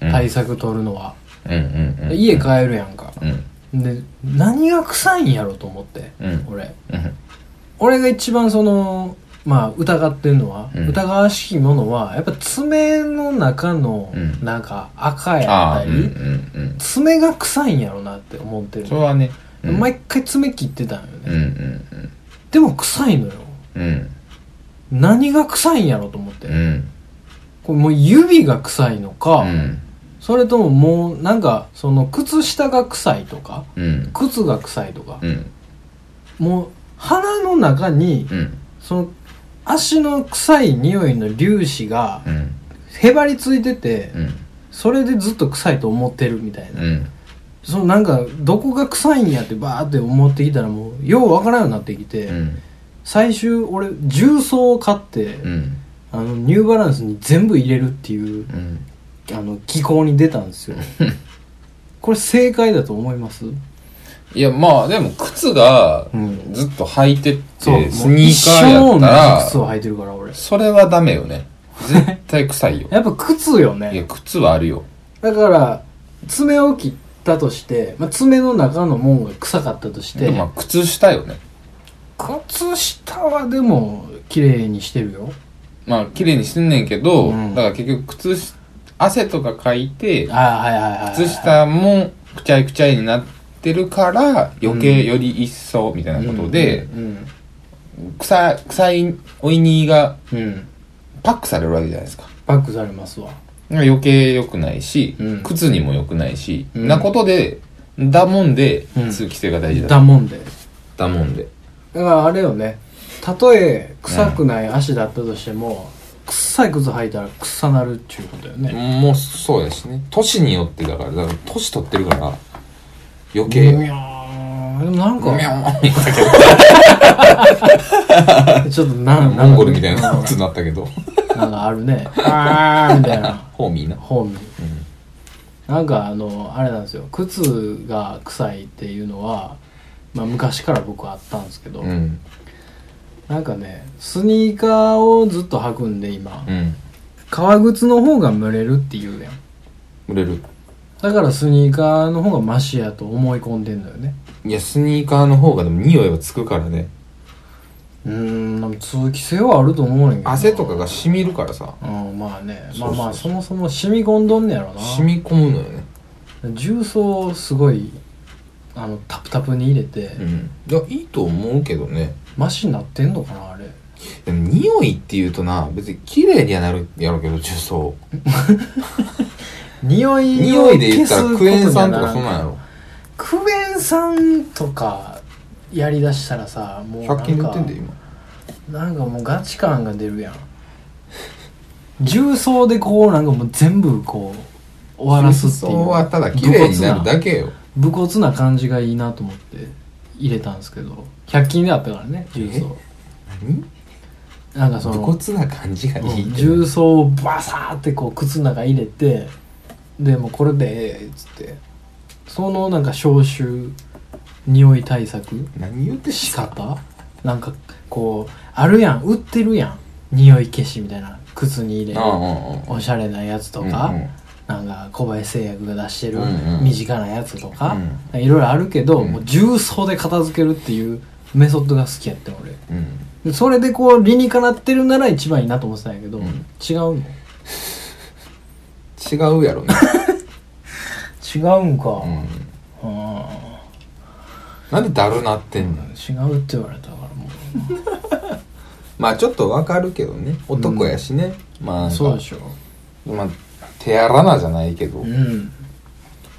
S2: うん
S1: 対策取るのは、
S2: うんうんうん
S1: 家帰るやんか、
S2: うん
S1: で何が臭いんやろと思って、
S2: うん
S1: 俺
S2: うん
S1: 俺が一番そのまあ疑ってるのは、
S2: うん
S1: 疑わしきものはやっぱ爪の中の
S2: うん
S1: なんか赤やっ
S2: あ
S1: た
S2: あう
S1: り、
S2: んうんうん
S1: 爪が臭いんやろなって思ってる
S2: それはねうん
S1: 毎回爪切ってたんよ
S2: う
S1: ね、
S2: んうん
S1: でも臭いのよ
S2: うんうん
S1: 何が臭いんやろと思って、
S2: うん
S1: これもう指が臭いのか、
S2: うん
S1: それとももうなんかその靴下が臭いとか
S2: うん
S1: 靴が臭いとか
S2: う、ん
S1: もう鼻の中に
S2: うん
S1: その足の臭い匂いの粒子が
S2: うん
S1: へばりついてて
S2: うん
S1: それでずっと臭いと思ってるみたいな、
S2: うん
S1: そのなんかどこが臭いんやってバーって思ってきたらもうようわからんようになってきて、
S2: うん
S1: 最終俺重曹を買って、
S2: うん
S1: あのニューバランスに全部入れるっていう
S2: うん
S1: あの気候に出たんです [LAUGHS] よこれ正解だと思います
S2: いやまあでも靴が
S1: うん
S2: ずっと履いてってス
S1: もう
S2: ニーカーや
S1: 一生同
S2: った
S1: じ靴
S2: ら
S1: を履いてるから俺
S2: それはダメよね絶対臭いよ
S1: やっぱ靴よ
S2: いや
S1: ね
S2: 靴はあるよ
S1: だから爪を切ったとして、まあ、爪の中のもんが臭かったとして
S2: でもまあ靴下よね
S1: 靴下はでも綺麗にしてるよ
S2: まあ綺麗にしてんねんけど
S1: うん
S2: だから結局靴し汗とかかいて
S1: ああはいはいはいはい
S2: 靴下もくちゃいくちゃいになってるから余計より一層みたいなことで
S1: うん
S2: 臭い臭いおいにが
S1: うん、うん
S2: パックされるわけじゃないですか
S1: バックされますわ
S2: 余計良くないし、
S1: うん
S2: 靴にも良くないし、
S1: うん
S2: なことでだもんで
S1: うん
S2: 通気性が大事だ、
S1: だもんで
S2: だもんで
S1: だからあれよねたとえ臭くない足だったとしても、臭い靴履いたら臭なるっちゅうことよね
S2: もうそうやしね年によってだからだから年取ってるから余計
S1: みゃーでもなん
S2: ごめん
S1: か
S2: お前
S1: ちょっとな
S2: [LAUGHS] モンゴルみたいな
S1: な
S2: やつになったけど
S1: なんかあるねあーみたいな
S2: ホーミーな
S1: ホームなんかあのあれなんですよ靴が臭いっていうのは、まあ、昔から僕はあったんですけど、
S2: うん
S1: なんかねスニーカーをずっと履くんで今、
S2: うん
S1: 革靴の方が蒸れるっていうやん
S2: 売れる
S1: だからスニーカーの方がマシやと思い込んでんのよね
S2: いやスニーカーの方がでも匂いはつくからね
S1: うーんでも通気性はあると思うねんけどな
S2: 汗とかが染みるからさ
S1: うんまあね
S2: そうそうそう
S1: まあまあそもそも染み込んどんねやろな
S2: 染み込むのよね
S1: 重曹すごいあのタプタプに入れて、
S2: うんいやいいと思うけどね
S1: マシになってんのかなあれ
S2: でも匂いっていうとな別に綺麗にはなるやろうけど重曹
S1: 匂い
S2: 匂いで言ったらクエン酸とかそんなんやろ
S1: クエン酸とかやりだしたらさもうなん
S2: 100
S1: か
S2: 均で売ってんで今
S1: なんかもうガチ感が出るやん重曹でこうなんかもう全部こう終わらすっていう
S2: 重曹はただ綺麗になるだけよ
S1: 武骨な感じがいいなと思って入れたんですけど100均であったからね重曹
S2: 何
S1: なんかその
S2: 武骨な感じがいい
S1: うん
S2: けど
S1: 重曹をバサーってこう靴の中入れてでもうこれでええっつってそのなんか消臭匂い対策
S2: 何言ってし
S1: 仕方なんかこうあるやん売ってるやん匂い消しみたいな靴に入れる
S2: と
S1: おしゃれなやつとか、
S2: うんうん
S1: なんか小林製薬が出してる
S2: うんうん
S1: 身近なやつとか、
S2: う
S1: いろいろあるけど、
S2: うん
S1: もう重曹で片付けるっていうメソッドが好きやってん俺
S2: うん
S1: でそれでこう理にかなってるなら一番いいなと思ってたんやけど、
S2: うん
S1: 違うの
S2: 違うやろね
S1: 違うんか、
S2: うん
S1: あ
S2: なんでだるなってんの
S1: ー違うって言われたからも
S2: まあちょっとわかるけどね男やしね、まあなん
S1: う
S2: か
S1: そうでしょ
S2: まあ手荒なじゃないけど、
S1: うん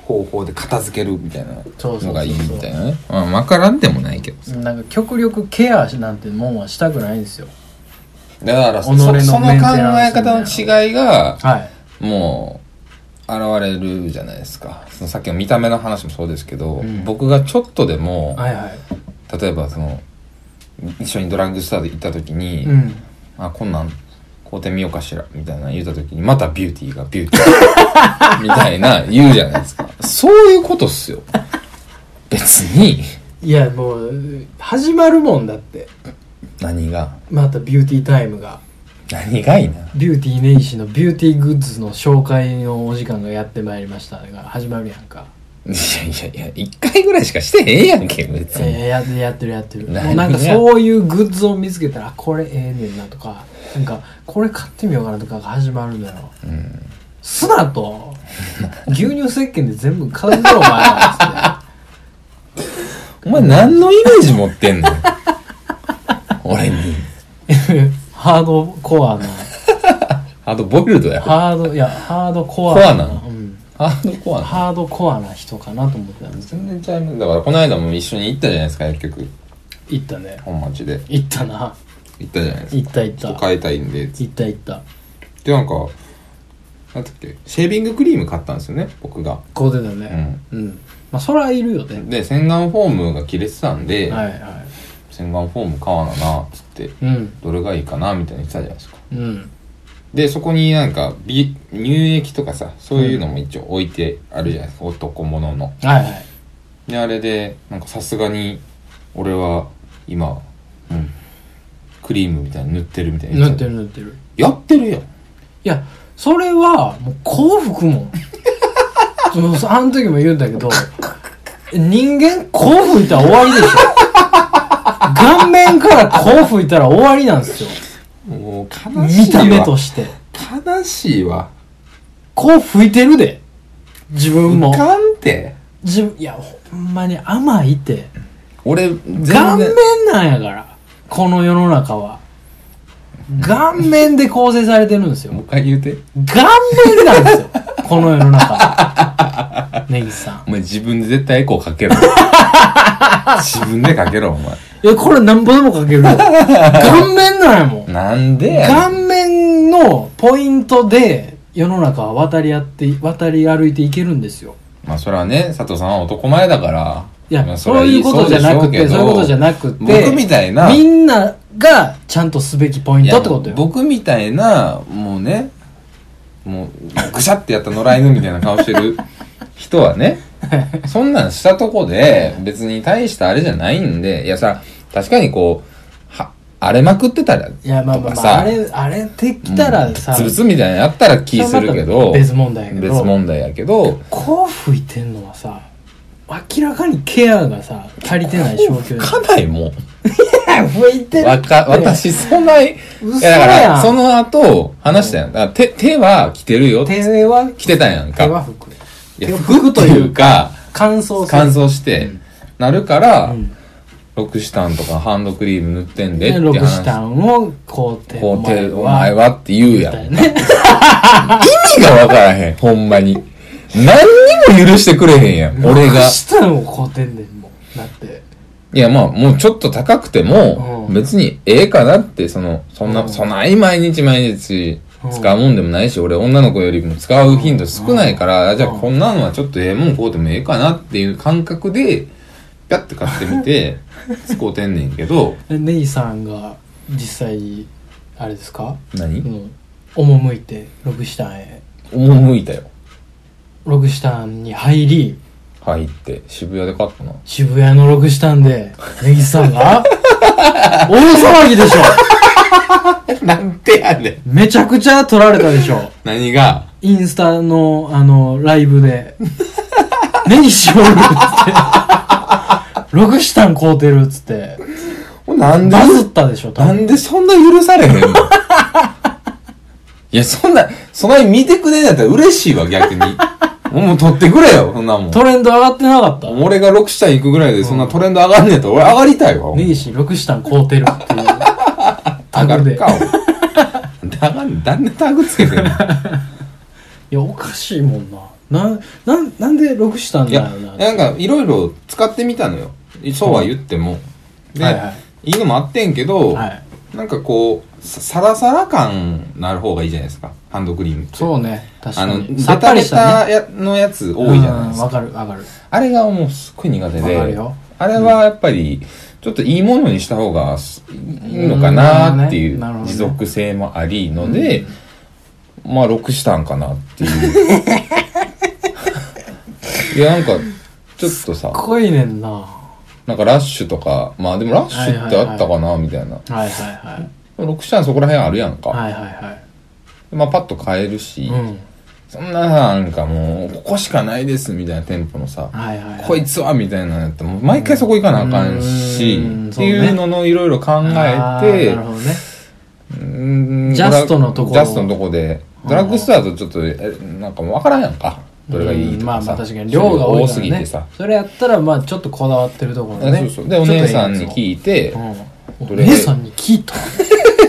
S2: 方法で片付けるみたいな
S1: そうそうそうそう
S2: のがいいみたいなねまあ分からんでもないけどさ
S1: なんか極力ケアなんてもんはしたくないんですよ
S2: だから
S1: 己
S2: そ
S1: の
S2: その考
S1: メン
S2: え
S1: テナンスみたいな
S2: 方の違いが
S1: はい
S2: もう現れるじゃないですかそのさっきの見た目の話もそうですけど、
S1: うん
S2: 僕がちょっとでも、
S1: はいはい
S2: 例えばその一緒にドラッグストアで行った時に、
S1: うん
S2: あこんなん買うてみようかしらみたいな言うた時にまたビューティーがビューティ
S1: [LAUGHS]
S2: ーみたいな言うじゃないですかそういうことっすよ別に
S1: いやもう始まるもんだって
S2: 何が
S1: またビューティータイムが
S2: 何がいいな
S1: ビューティーネイシのビューティーグッズの紹介のお時間がやってまいりましたが始まるやんか
S2: いやいやいや一回ぐらいしかしてへんやんけ別
S1: え
S2: に、
S1: ー、やってるやってるやってる
S2: 何
S1: もうなんか
S2: や
S1: そういうグッズを見つけたらあこれええねんなとかなんかこれ買ってみようかなとかが始まるのよ
S2: うん
S1: すなと牛乳石鹸で全部買うぞお前はっつっ
S2: お前何のイメージ持ってんの俺に
S1: て [LAUGHS] ハードコアな
S2: ハードボイルドやろ
S1: ハードいやハードコア
S2: コアなの
S1: うん、
S2: ハードコアな
S1: ハードコアな人かなと思ってたんです
S2: 全然ちゃいますだからこの間も一緒に行ったじゃないですか結局
S1: 行ったね
S2: 本町で
S1: 行ったな
S2: 行ったじゃないですか
S1: 行った行っ
S2: ち
S1: た
S2: ょっと変えたいんで
S1: 行った行った
S2: でなんかなんだっけシェービングクリーム買ったんですよね僕が
S1: こう出たねうん、まあそれはいるよね
S2: で洗顔フォームが切れてたんで、
S1: はいは
S2: 洗顔フォーム買わななっつって
S1: いうん
S2: どれがいいかなみたいに言ってたじゃないですか
S1: うん
S2: でそこになんか美乳液とかさそういうのも一応置いてあるじゃないですか、男物の
S1: はいはい
S2: であれでなんかさすがに俺は今、うん、クリームみたいに塗ってるみたいに言
S1: 塗って
S2: た
S1: る塗ってる
S2: やってるやん
S1: いやそれはもう幸福もん [LAUGHS] そのあの時も言うんだけど人間こう吹いたら終わりでしょ顔面からこう吹いたら終わりなんですよ
S2: もう悲し
S1: 見
S2: いわ
S1: た目として
S2: 悲しいわ
S1: こう吹いてるで自分も
S2: いかんて
S1: 自分いやほんまに甘いって
S2: 俺全
S1: 顔面なんやからこの世の中は顔面で構成されてるんですよ
S2: もう一回言うて
S1: 顔面なんですよこの世の中は根岸さん
S2: お前自分で絶対エコーか
S1: [LAUGHS]
S2: けろ自分でかけろお前
S1: いやこれなんぼでもかけるよ顔面なんやもん
S2: なんでや
S1: 顔
S2: ねん
S1: 面のポイントで世の中は渡り合って渡り歩いていけるんですよ
S2: まあそれはね佐藤さんは男前だから
S1: いや、
S2: まあ
S1: そういうことじゃなくて、そういうことじゃなくて、
S2: 僕みたいな
S1: みんながちゃんとすべきポイントってこと
S2: いや
S1: よ。
S2: 僕みたいなもうねもうぐしゃってやった野良犬みたいな顔して
S1: [LAUGHS]
S2: る人はねそんなんしたとこで別に大したあれじゃないんでいやさ確かにこうは荒れまくってたら
S1: いや、まあまあ
S2: と
S1: ま
S2: かさ
S1: あ、あれ、あれできたらさ、
S2: つぶつみたいなのやったら気するけ
S1: それはま
S2: ど
S1: た別問題やけど
S2: 別問題やけど
S1: こう吹いてんのはさ、明らかにケアがさ、足りてない状況
S2: かなりも
S1: や。吹いて
S2: うわか私そんない
S1: 嘘
S2: いやだか
S1: やん
S2: らその後話したやんだから手手は来てるよ
S1: 手は、
S2: 来てたやん
S1: 手は
S2: か
S1: 服。
S2: いや
S1: 服
S2: 服
S1: と
S2: と
S1: いう
S2: いうか
S1: 乾燥する
S2: 乾燥し
S1: う
S2: て、
S1: ん
S2: なるから、
S1: うん
S2: ロクシタンとかハンドクリーム塗ってんでって
S1: で
S2: 話。
S1: ロクシタンを買うて
S2: こうて、お前
S1: は
S2: はって言うやん。意味がわからへん、ほんまに。何にも許してくれへんやん、俺
S1: ロ
S2: が
S1: ク。シタンを買うてんねんもんだって
S2: いや、まあ、もうちょっと高くても
S1: う、ん
S2: 別にええかなって、その、そん
S1: う
S2: な、
S1: ん
S2: そない毎日毎日使うもんでもないし、俺女の子よりも使う頻度少ないから、あじゃあ
S1: うん
S2: こんなのはちょっとええもんこうでもええかなっていう感覚で、ぴゃって買ってみ [LAUGHS] て、使うてんねんけど、
S1: えネギさんが実際あれですかう
S2: 何
S1: ん赴いてロクシタンへ
S2: 赴いたよ。
S1: ロクシタンに入り
S2: 入って、渋谷で買ったな。
S1: 渋谷のロクシタンでネギさんが大騒ぎでしょ
S2: なんてやねん。
S1: めちゃくちゃ撮られたでしょ
S2: 何が
S1: インスタの、あの、ライブで、何しようっつって、ロクシタン買うてるっつって、
S2: なんで
S1: バズったでしょ、多
S2: な
S1: 分
S2: んでそんな許されへんの [LAUGHS] いや、そんな、そんなに見てくれんやったら嬉しいわ、 [LAUGHS] 逆に。もう取ってくれよ、そんなもん。
S1: トレンド上がってなかった
S2: 俺が6社行くぐらいでそんなトレンド上がんねやったら俺上がりたい [LAUGHS] わ。
S1: ネギシ、ロクシタン買うてるっていう、タ
S2: 上が
S1: グ
S2: る
S1: で
S2: か。。俺 [LAUGHS] 上がん、だんだんタグつけ [LAUGHS] てんの。
S1: いや、おかしいもんな。なん、なん、なんでロクシタン
S2: い
S1: だよ
S2: や
S1: な、。
S2: なんかいろいろ使ってみたのよ。そうは言っても。で、
S1: はい
S2: い、
S1: はい
S2: のもあってんけど、
S1: はい。
S2: なんかこう、さサラサラ感なる方がいいじゃないですか、ハンドクリームって。
S1: そうね、確
S2: あ
S1: か
S2: の、
S1: に。
S2: ベタベタやのやつ多いじゃないです
S1: うんわ
S2: か。
S1: かる、わかる。
S2: あれがもうすっごい苦手
S1: わかる
S2: で
S1: よ、
S2: あれはやっぱり、ちょっといいものにした方がすいいのかなってい
S1: うんなるほど
S2: う
S1: ね
S2: 持続性もありので、まあ6したんかなっていう。
S1: [LAUGHS]
S2: いや、なんか、ちょっとさ、
S1: 濃いねんな。は
S2: なんかラッシュとか、まあでもラッシュってあったかなみたいな。
S1: いはいはい。
S2: 6したんそこら辺あるやんか。
S1: はいはい
S2: まあパッと買えるし、
S1: はい。うん。
S2: そんななんかもう、ここしかないですみたいな店舗のさ、
S1: はいはいはい。
S2: こいつはみたいなのやったらもう毎回そこ行かなあかんし、
S1: うん
S2: っていうののいろいろ考
S1: あ
S2: え
S1: ー
S2: て
S1: なるほどね。
S2: うん
S1: ジャストのとこ
S2: ジャストのとこでドラッグストアとちょっとえなんかもう分からんやんかどれがいい
S1: うん
S2: と
S1: ま
S2: か
S1: あ
S2: さ、
S1: まあ確かに量が多いか
S2: 多
S1: ら
S2: す
S1: ね
S2: ぎてさ、
S1: それやったらまあちょっとこだわってるところね
S2: そうそうでお姉さんに聞
S1: い
S2: いて
S1: て、うん、
S2: ど
S1: お
S2: れ
S1: 姉さんに聞いた
S2: [LAUGHS]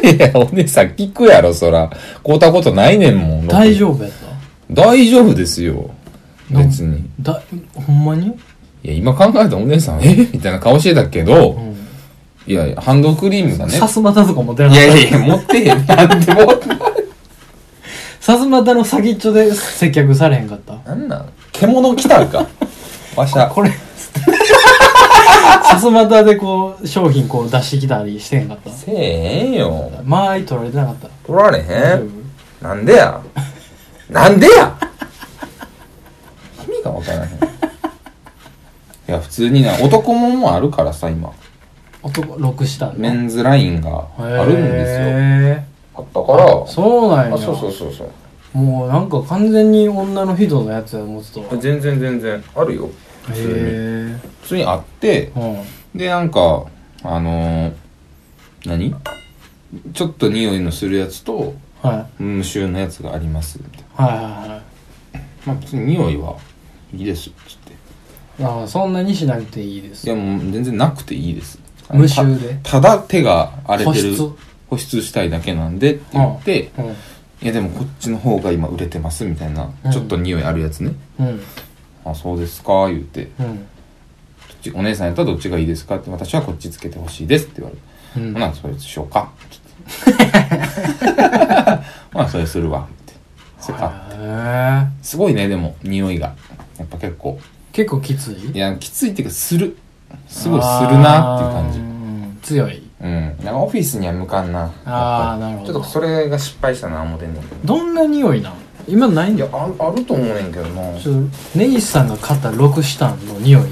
S2: いやお姉さん聞くやろそら買うたことないねんもん
S1: 大丈夫やった
S2: 大丈夫ですよ
S1: なん
S2: 別に
S1: だほんまに、
S2: いや今考えたらお姉さんえみたいな顔してたけど、
S1: うん、
S2: いやいやハンドクリームがね
S1: さすまたとか持ってないかっ
S2: や
S1: た
S2: いや持ってへんなんでも
S1: さすまたの先っちょで接客されへんかった
S2: なんなん獣来た
S1: [LAUGHS]
S2: んか。わしゃ。 [LAUGHS]
S1: これさすまたでこう商品こう出してきたりしてへんかった
S2: せえへんよ。
S1: 間合い取られてなかった
S2: 取られ
S1: 大
S2: へ
S1: 丈夫
S2: ん。なんでや。なんでや。意味がわか
S1: [LAUGHS]
S2: らへん。いや、普通にな、男もんもあるからさ、今。
S1: 男ロックしたん
S2: メンズラインがあるんですよ。
S1: へ
S2: あったから。
S1: ーそうなんや
S2: あ、そうそうそうそう。
S1: もうなんか完全に女の人のやつや持つとへ
S2: 全然全然あるよ。普通に。
S1: え
S2: 普通にあって、
S1: う
S2: で、なんか、あのー、何ちょっと匂いのするやつと、
S1: んはい
S2: 無臭のやつがありますみたいな
S1: はいはいは
S2: まあ別に匂いはいいですっつって
S1: いだからそんなにしなくていいです
S2: いやもう全然なくていいです
S1: 無臭で
S2: たただ手が荒れてる
S1: 保湿
S2: 保湿したいだけなんでって言って、
S1: うん
S2: いやでもこっちの方が今売れてますみたいな、
S1: うん
S2: ちょっと匂いあるやつね
S1: うん
S2: あそうですか言うて
S1: うん
S2: どっちお姉さんやったらどっちがいいですかって私はこっちつけてほしいですって言われて、
S1: う
S2: ほ
S1: ん
S2: なそれしようかって [LAUGHS] 言ってほなそれするわってそれか
S1: へえ
S2: すごいねでも匂いがやっぱ結構
S1: 結構きつ
S2: い
S1: い
S2: や、きついっていうか、する。すごいするなっていう感じ。
S1: 感じ強い
S2: うん。なんかオフィスには向かんな。
S1: あー
S2: やっぱり
S1: なるほど
S2: ちょっとそれが失敗したな、思ってんねんけど。
S1: どんな匂いなん今ないん
S2: い
S1: だ
S2: や
S1: よ、
S2: ああると思うねんけどな。
S1: ちょっと根岸さんが買ったロクシタンの匂いね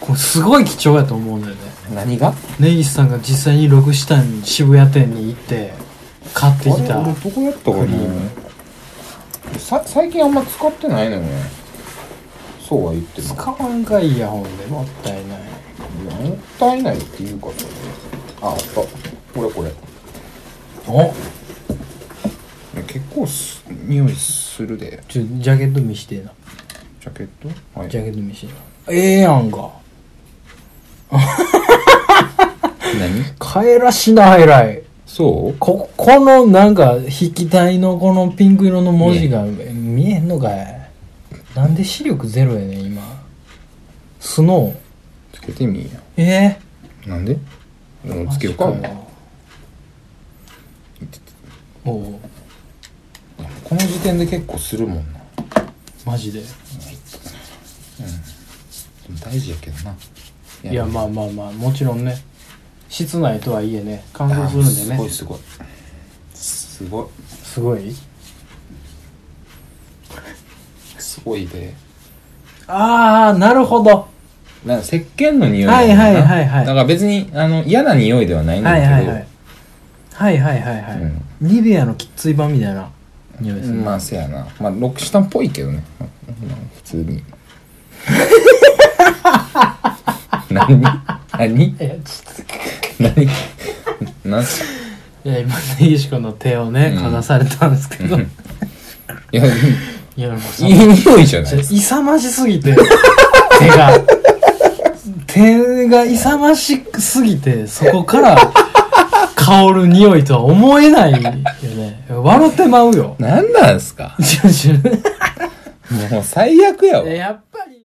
S1: これすごい貴重やと思うんだよね
S2: 何が
S1: 根岸さんが実際にロクシタン渋谷店に行って買ってきた
S2: あれ俺どこやったか
S1: クリー
S2: なさ最近あんま使ってないのよね。そうは言っても。
S1: 使わんかいやほんでもったいない
S2: いやもったいないっていうかさ。あ、あった。これこれ。
S1: お
S2: 結構す、匂いするで。
S1: ちょジャケット見してえな
S2: ジャケットはい
S1: ジャケット見してえなええやんか
S2: 何
S1: 帰らしな偉い
S2: そう
S1: ここのなんか筆記体のこのピンク色の文字が見えんのかいなんで視力ゼロやねん今スノー
S2: つけてみいや
S1: え
S2: なんでも
S1: ー、
S2: うつけようか
S1: マジおお
S2: この時点で結構するもんな
S1: マジで
S2: 大事やけどない
S1: やまあまあまあもちろんね室内とはいえね
S2: あ
S1: 乾燥するんですね
S2: ごいすごいすごい
S1: すごい
S2: すごいで
S1: ああなるほど
S2: なんか石鹸の匂い
S1: はいはいはいはい
S2: だから別にあの嫌な匂いではないんだ
S1: は
S2: け
S1: い
S2: ど、
S1: はいはいはいはいはいはい、
S2: うん
S1: ニベアのきっつい版みたいな匂いです
S2: う
S1: ね、
S2: んまあせやなまあロックシタンっぽいけどねうん普通
S1: [LAUGHS]
S2: に何何
S1: いやちょっ
S2: 何 [LAUGHS] 何
S1: といや今ね石子の手をね
S2: うん
S1: かざされたんですけど、
S2: うんいやい
S1: いやもうそ
S2: い
S1: の
S2: 匂いじゃな
S1: [LAUGHS]
S2: い
S1: ちょ勇ましすぎて手が手が勇ましすぎてそこから香る匂いとは思えないよね [LAUGHS] 笑ってまうよ
S2: 何なんすか
S1: ちょちょ
S2: もう最悪やわ
S1: やっ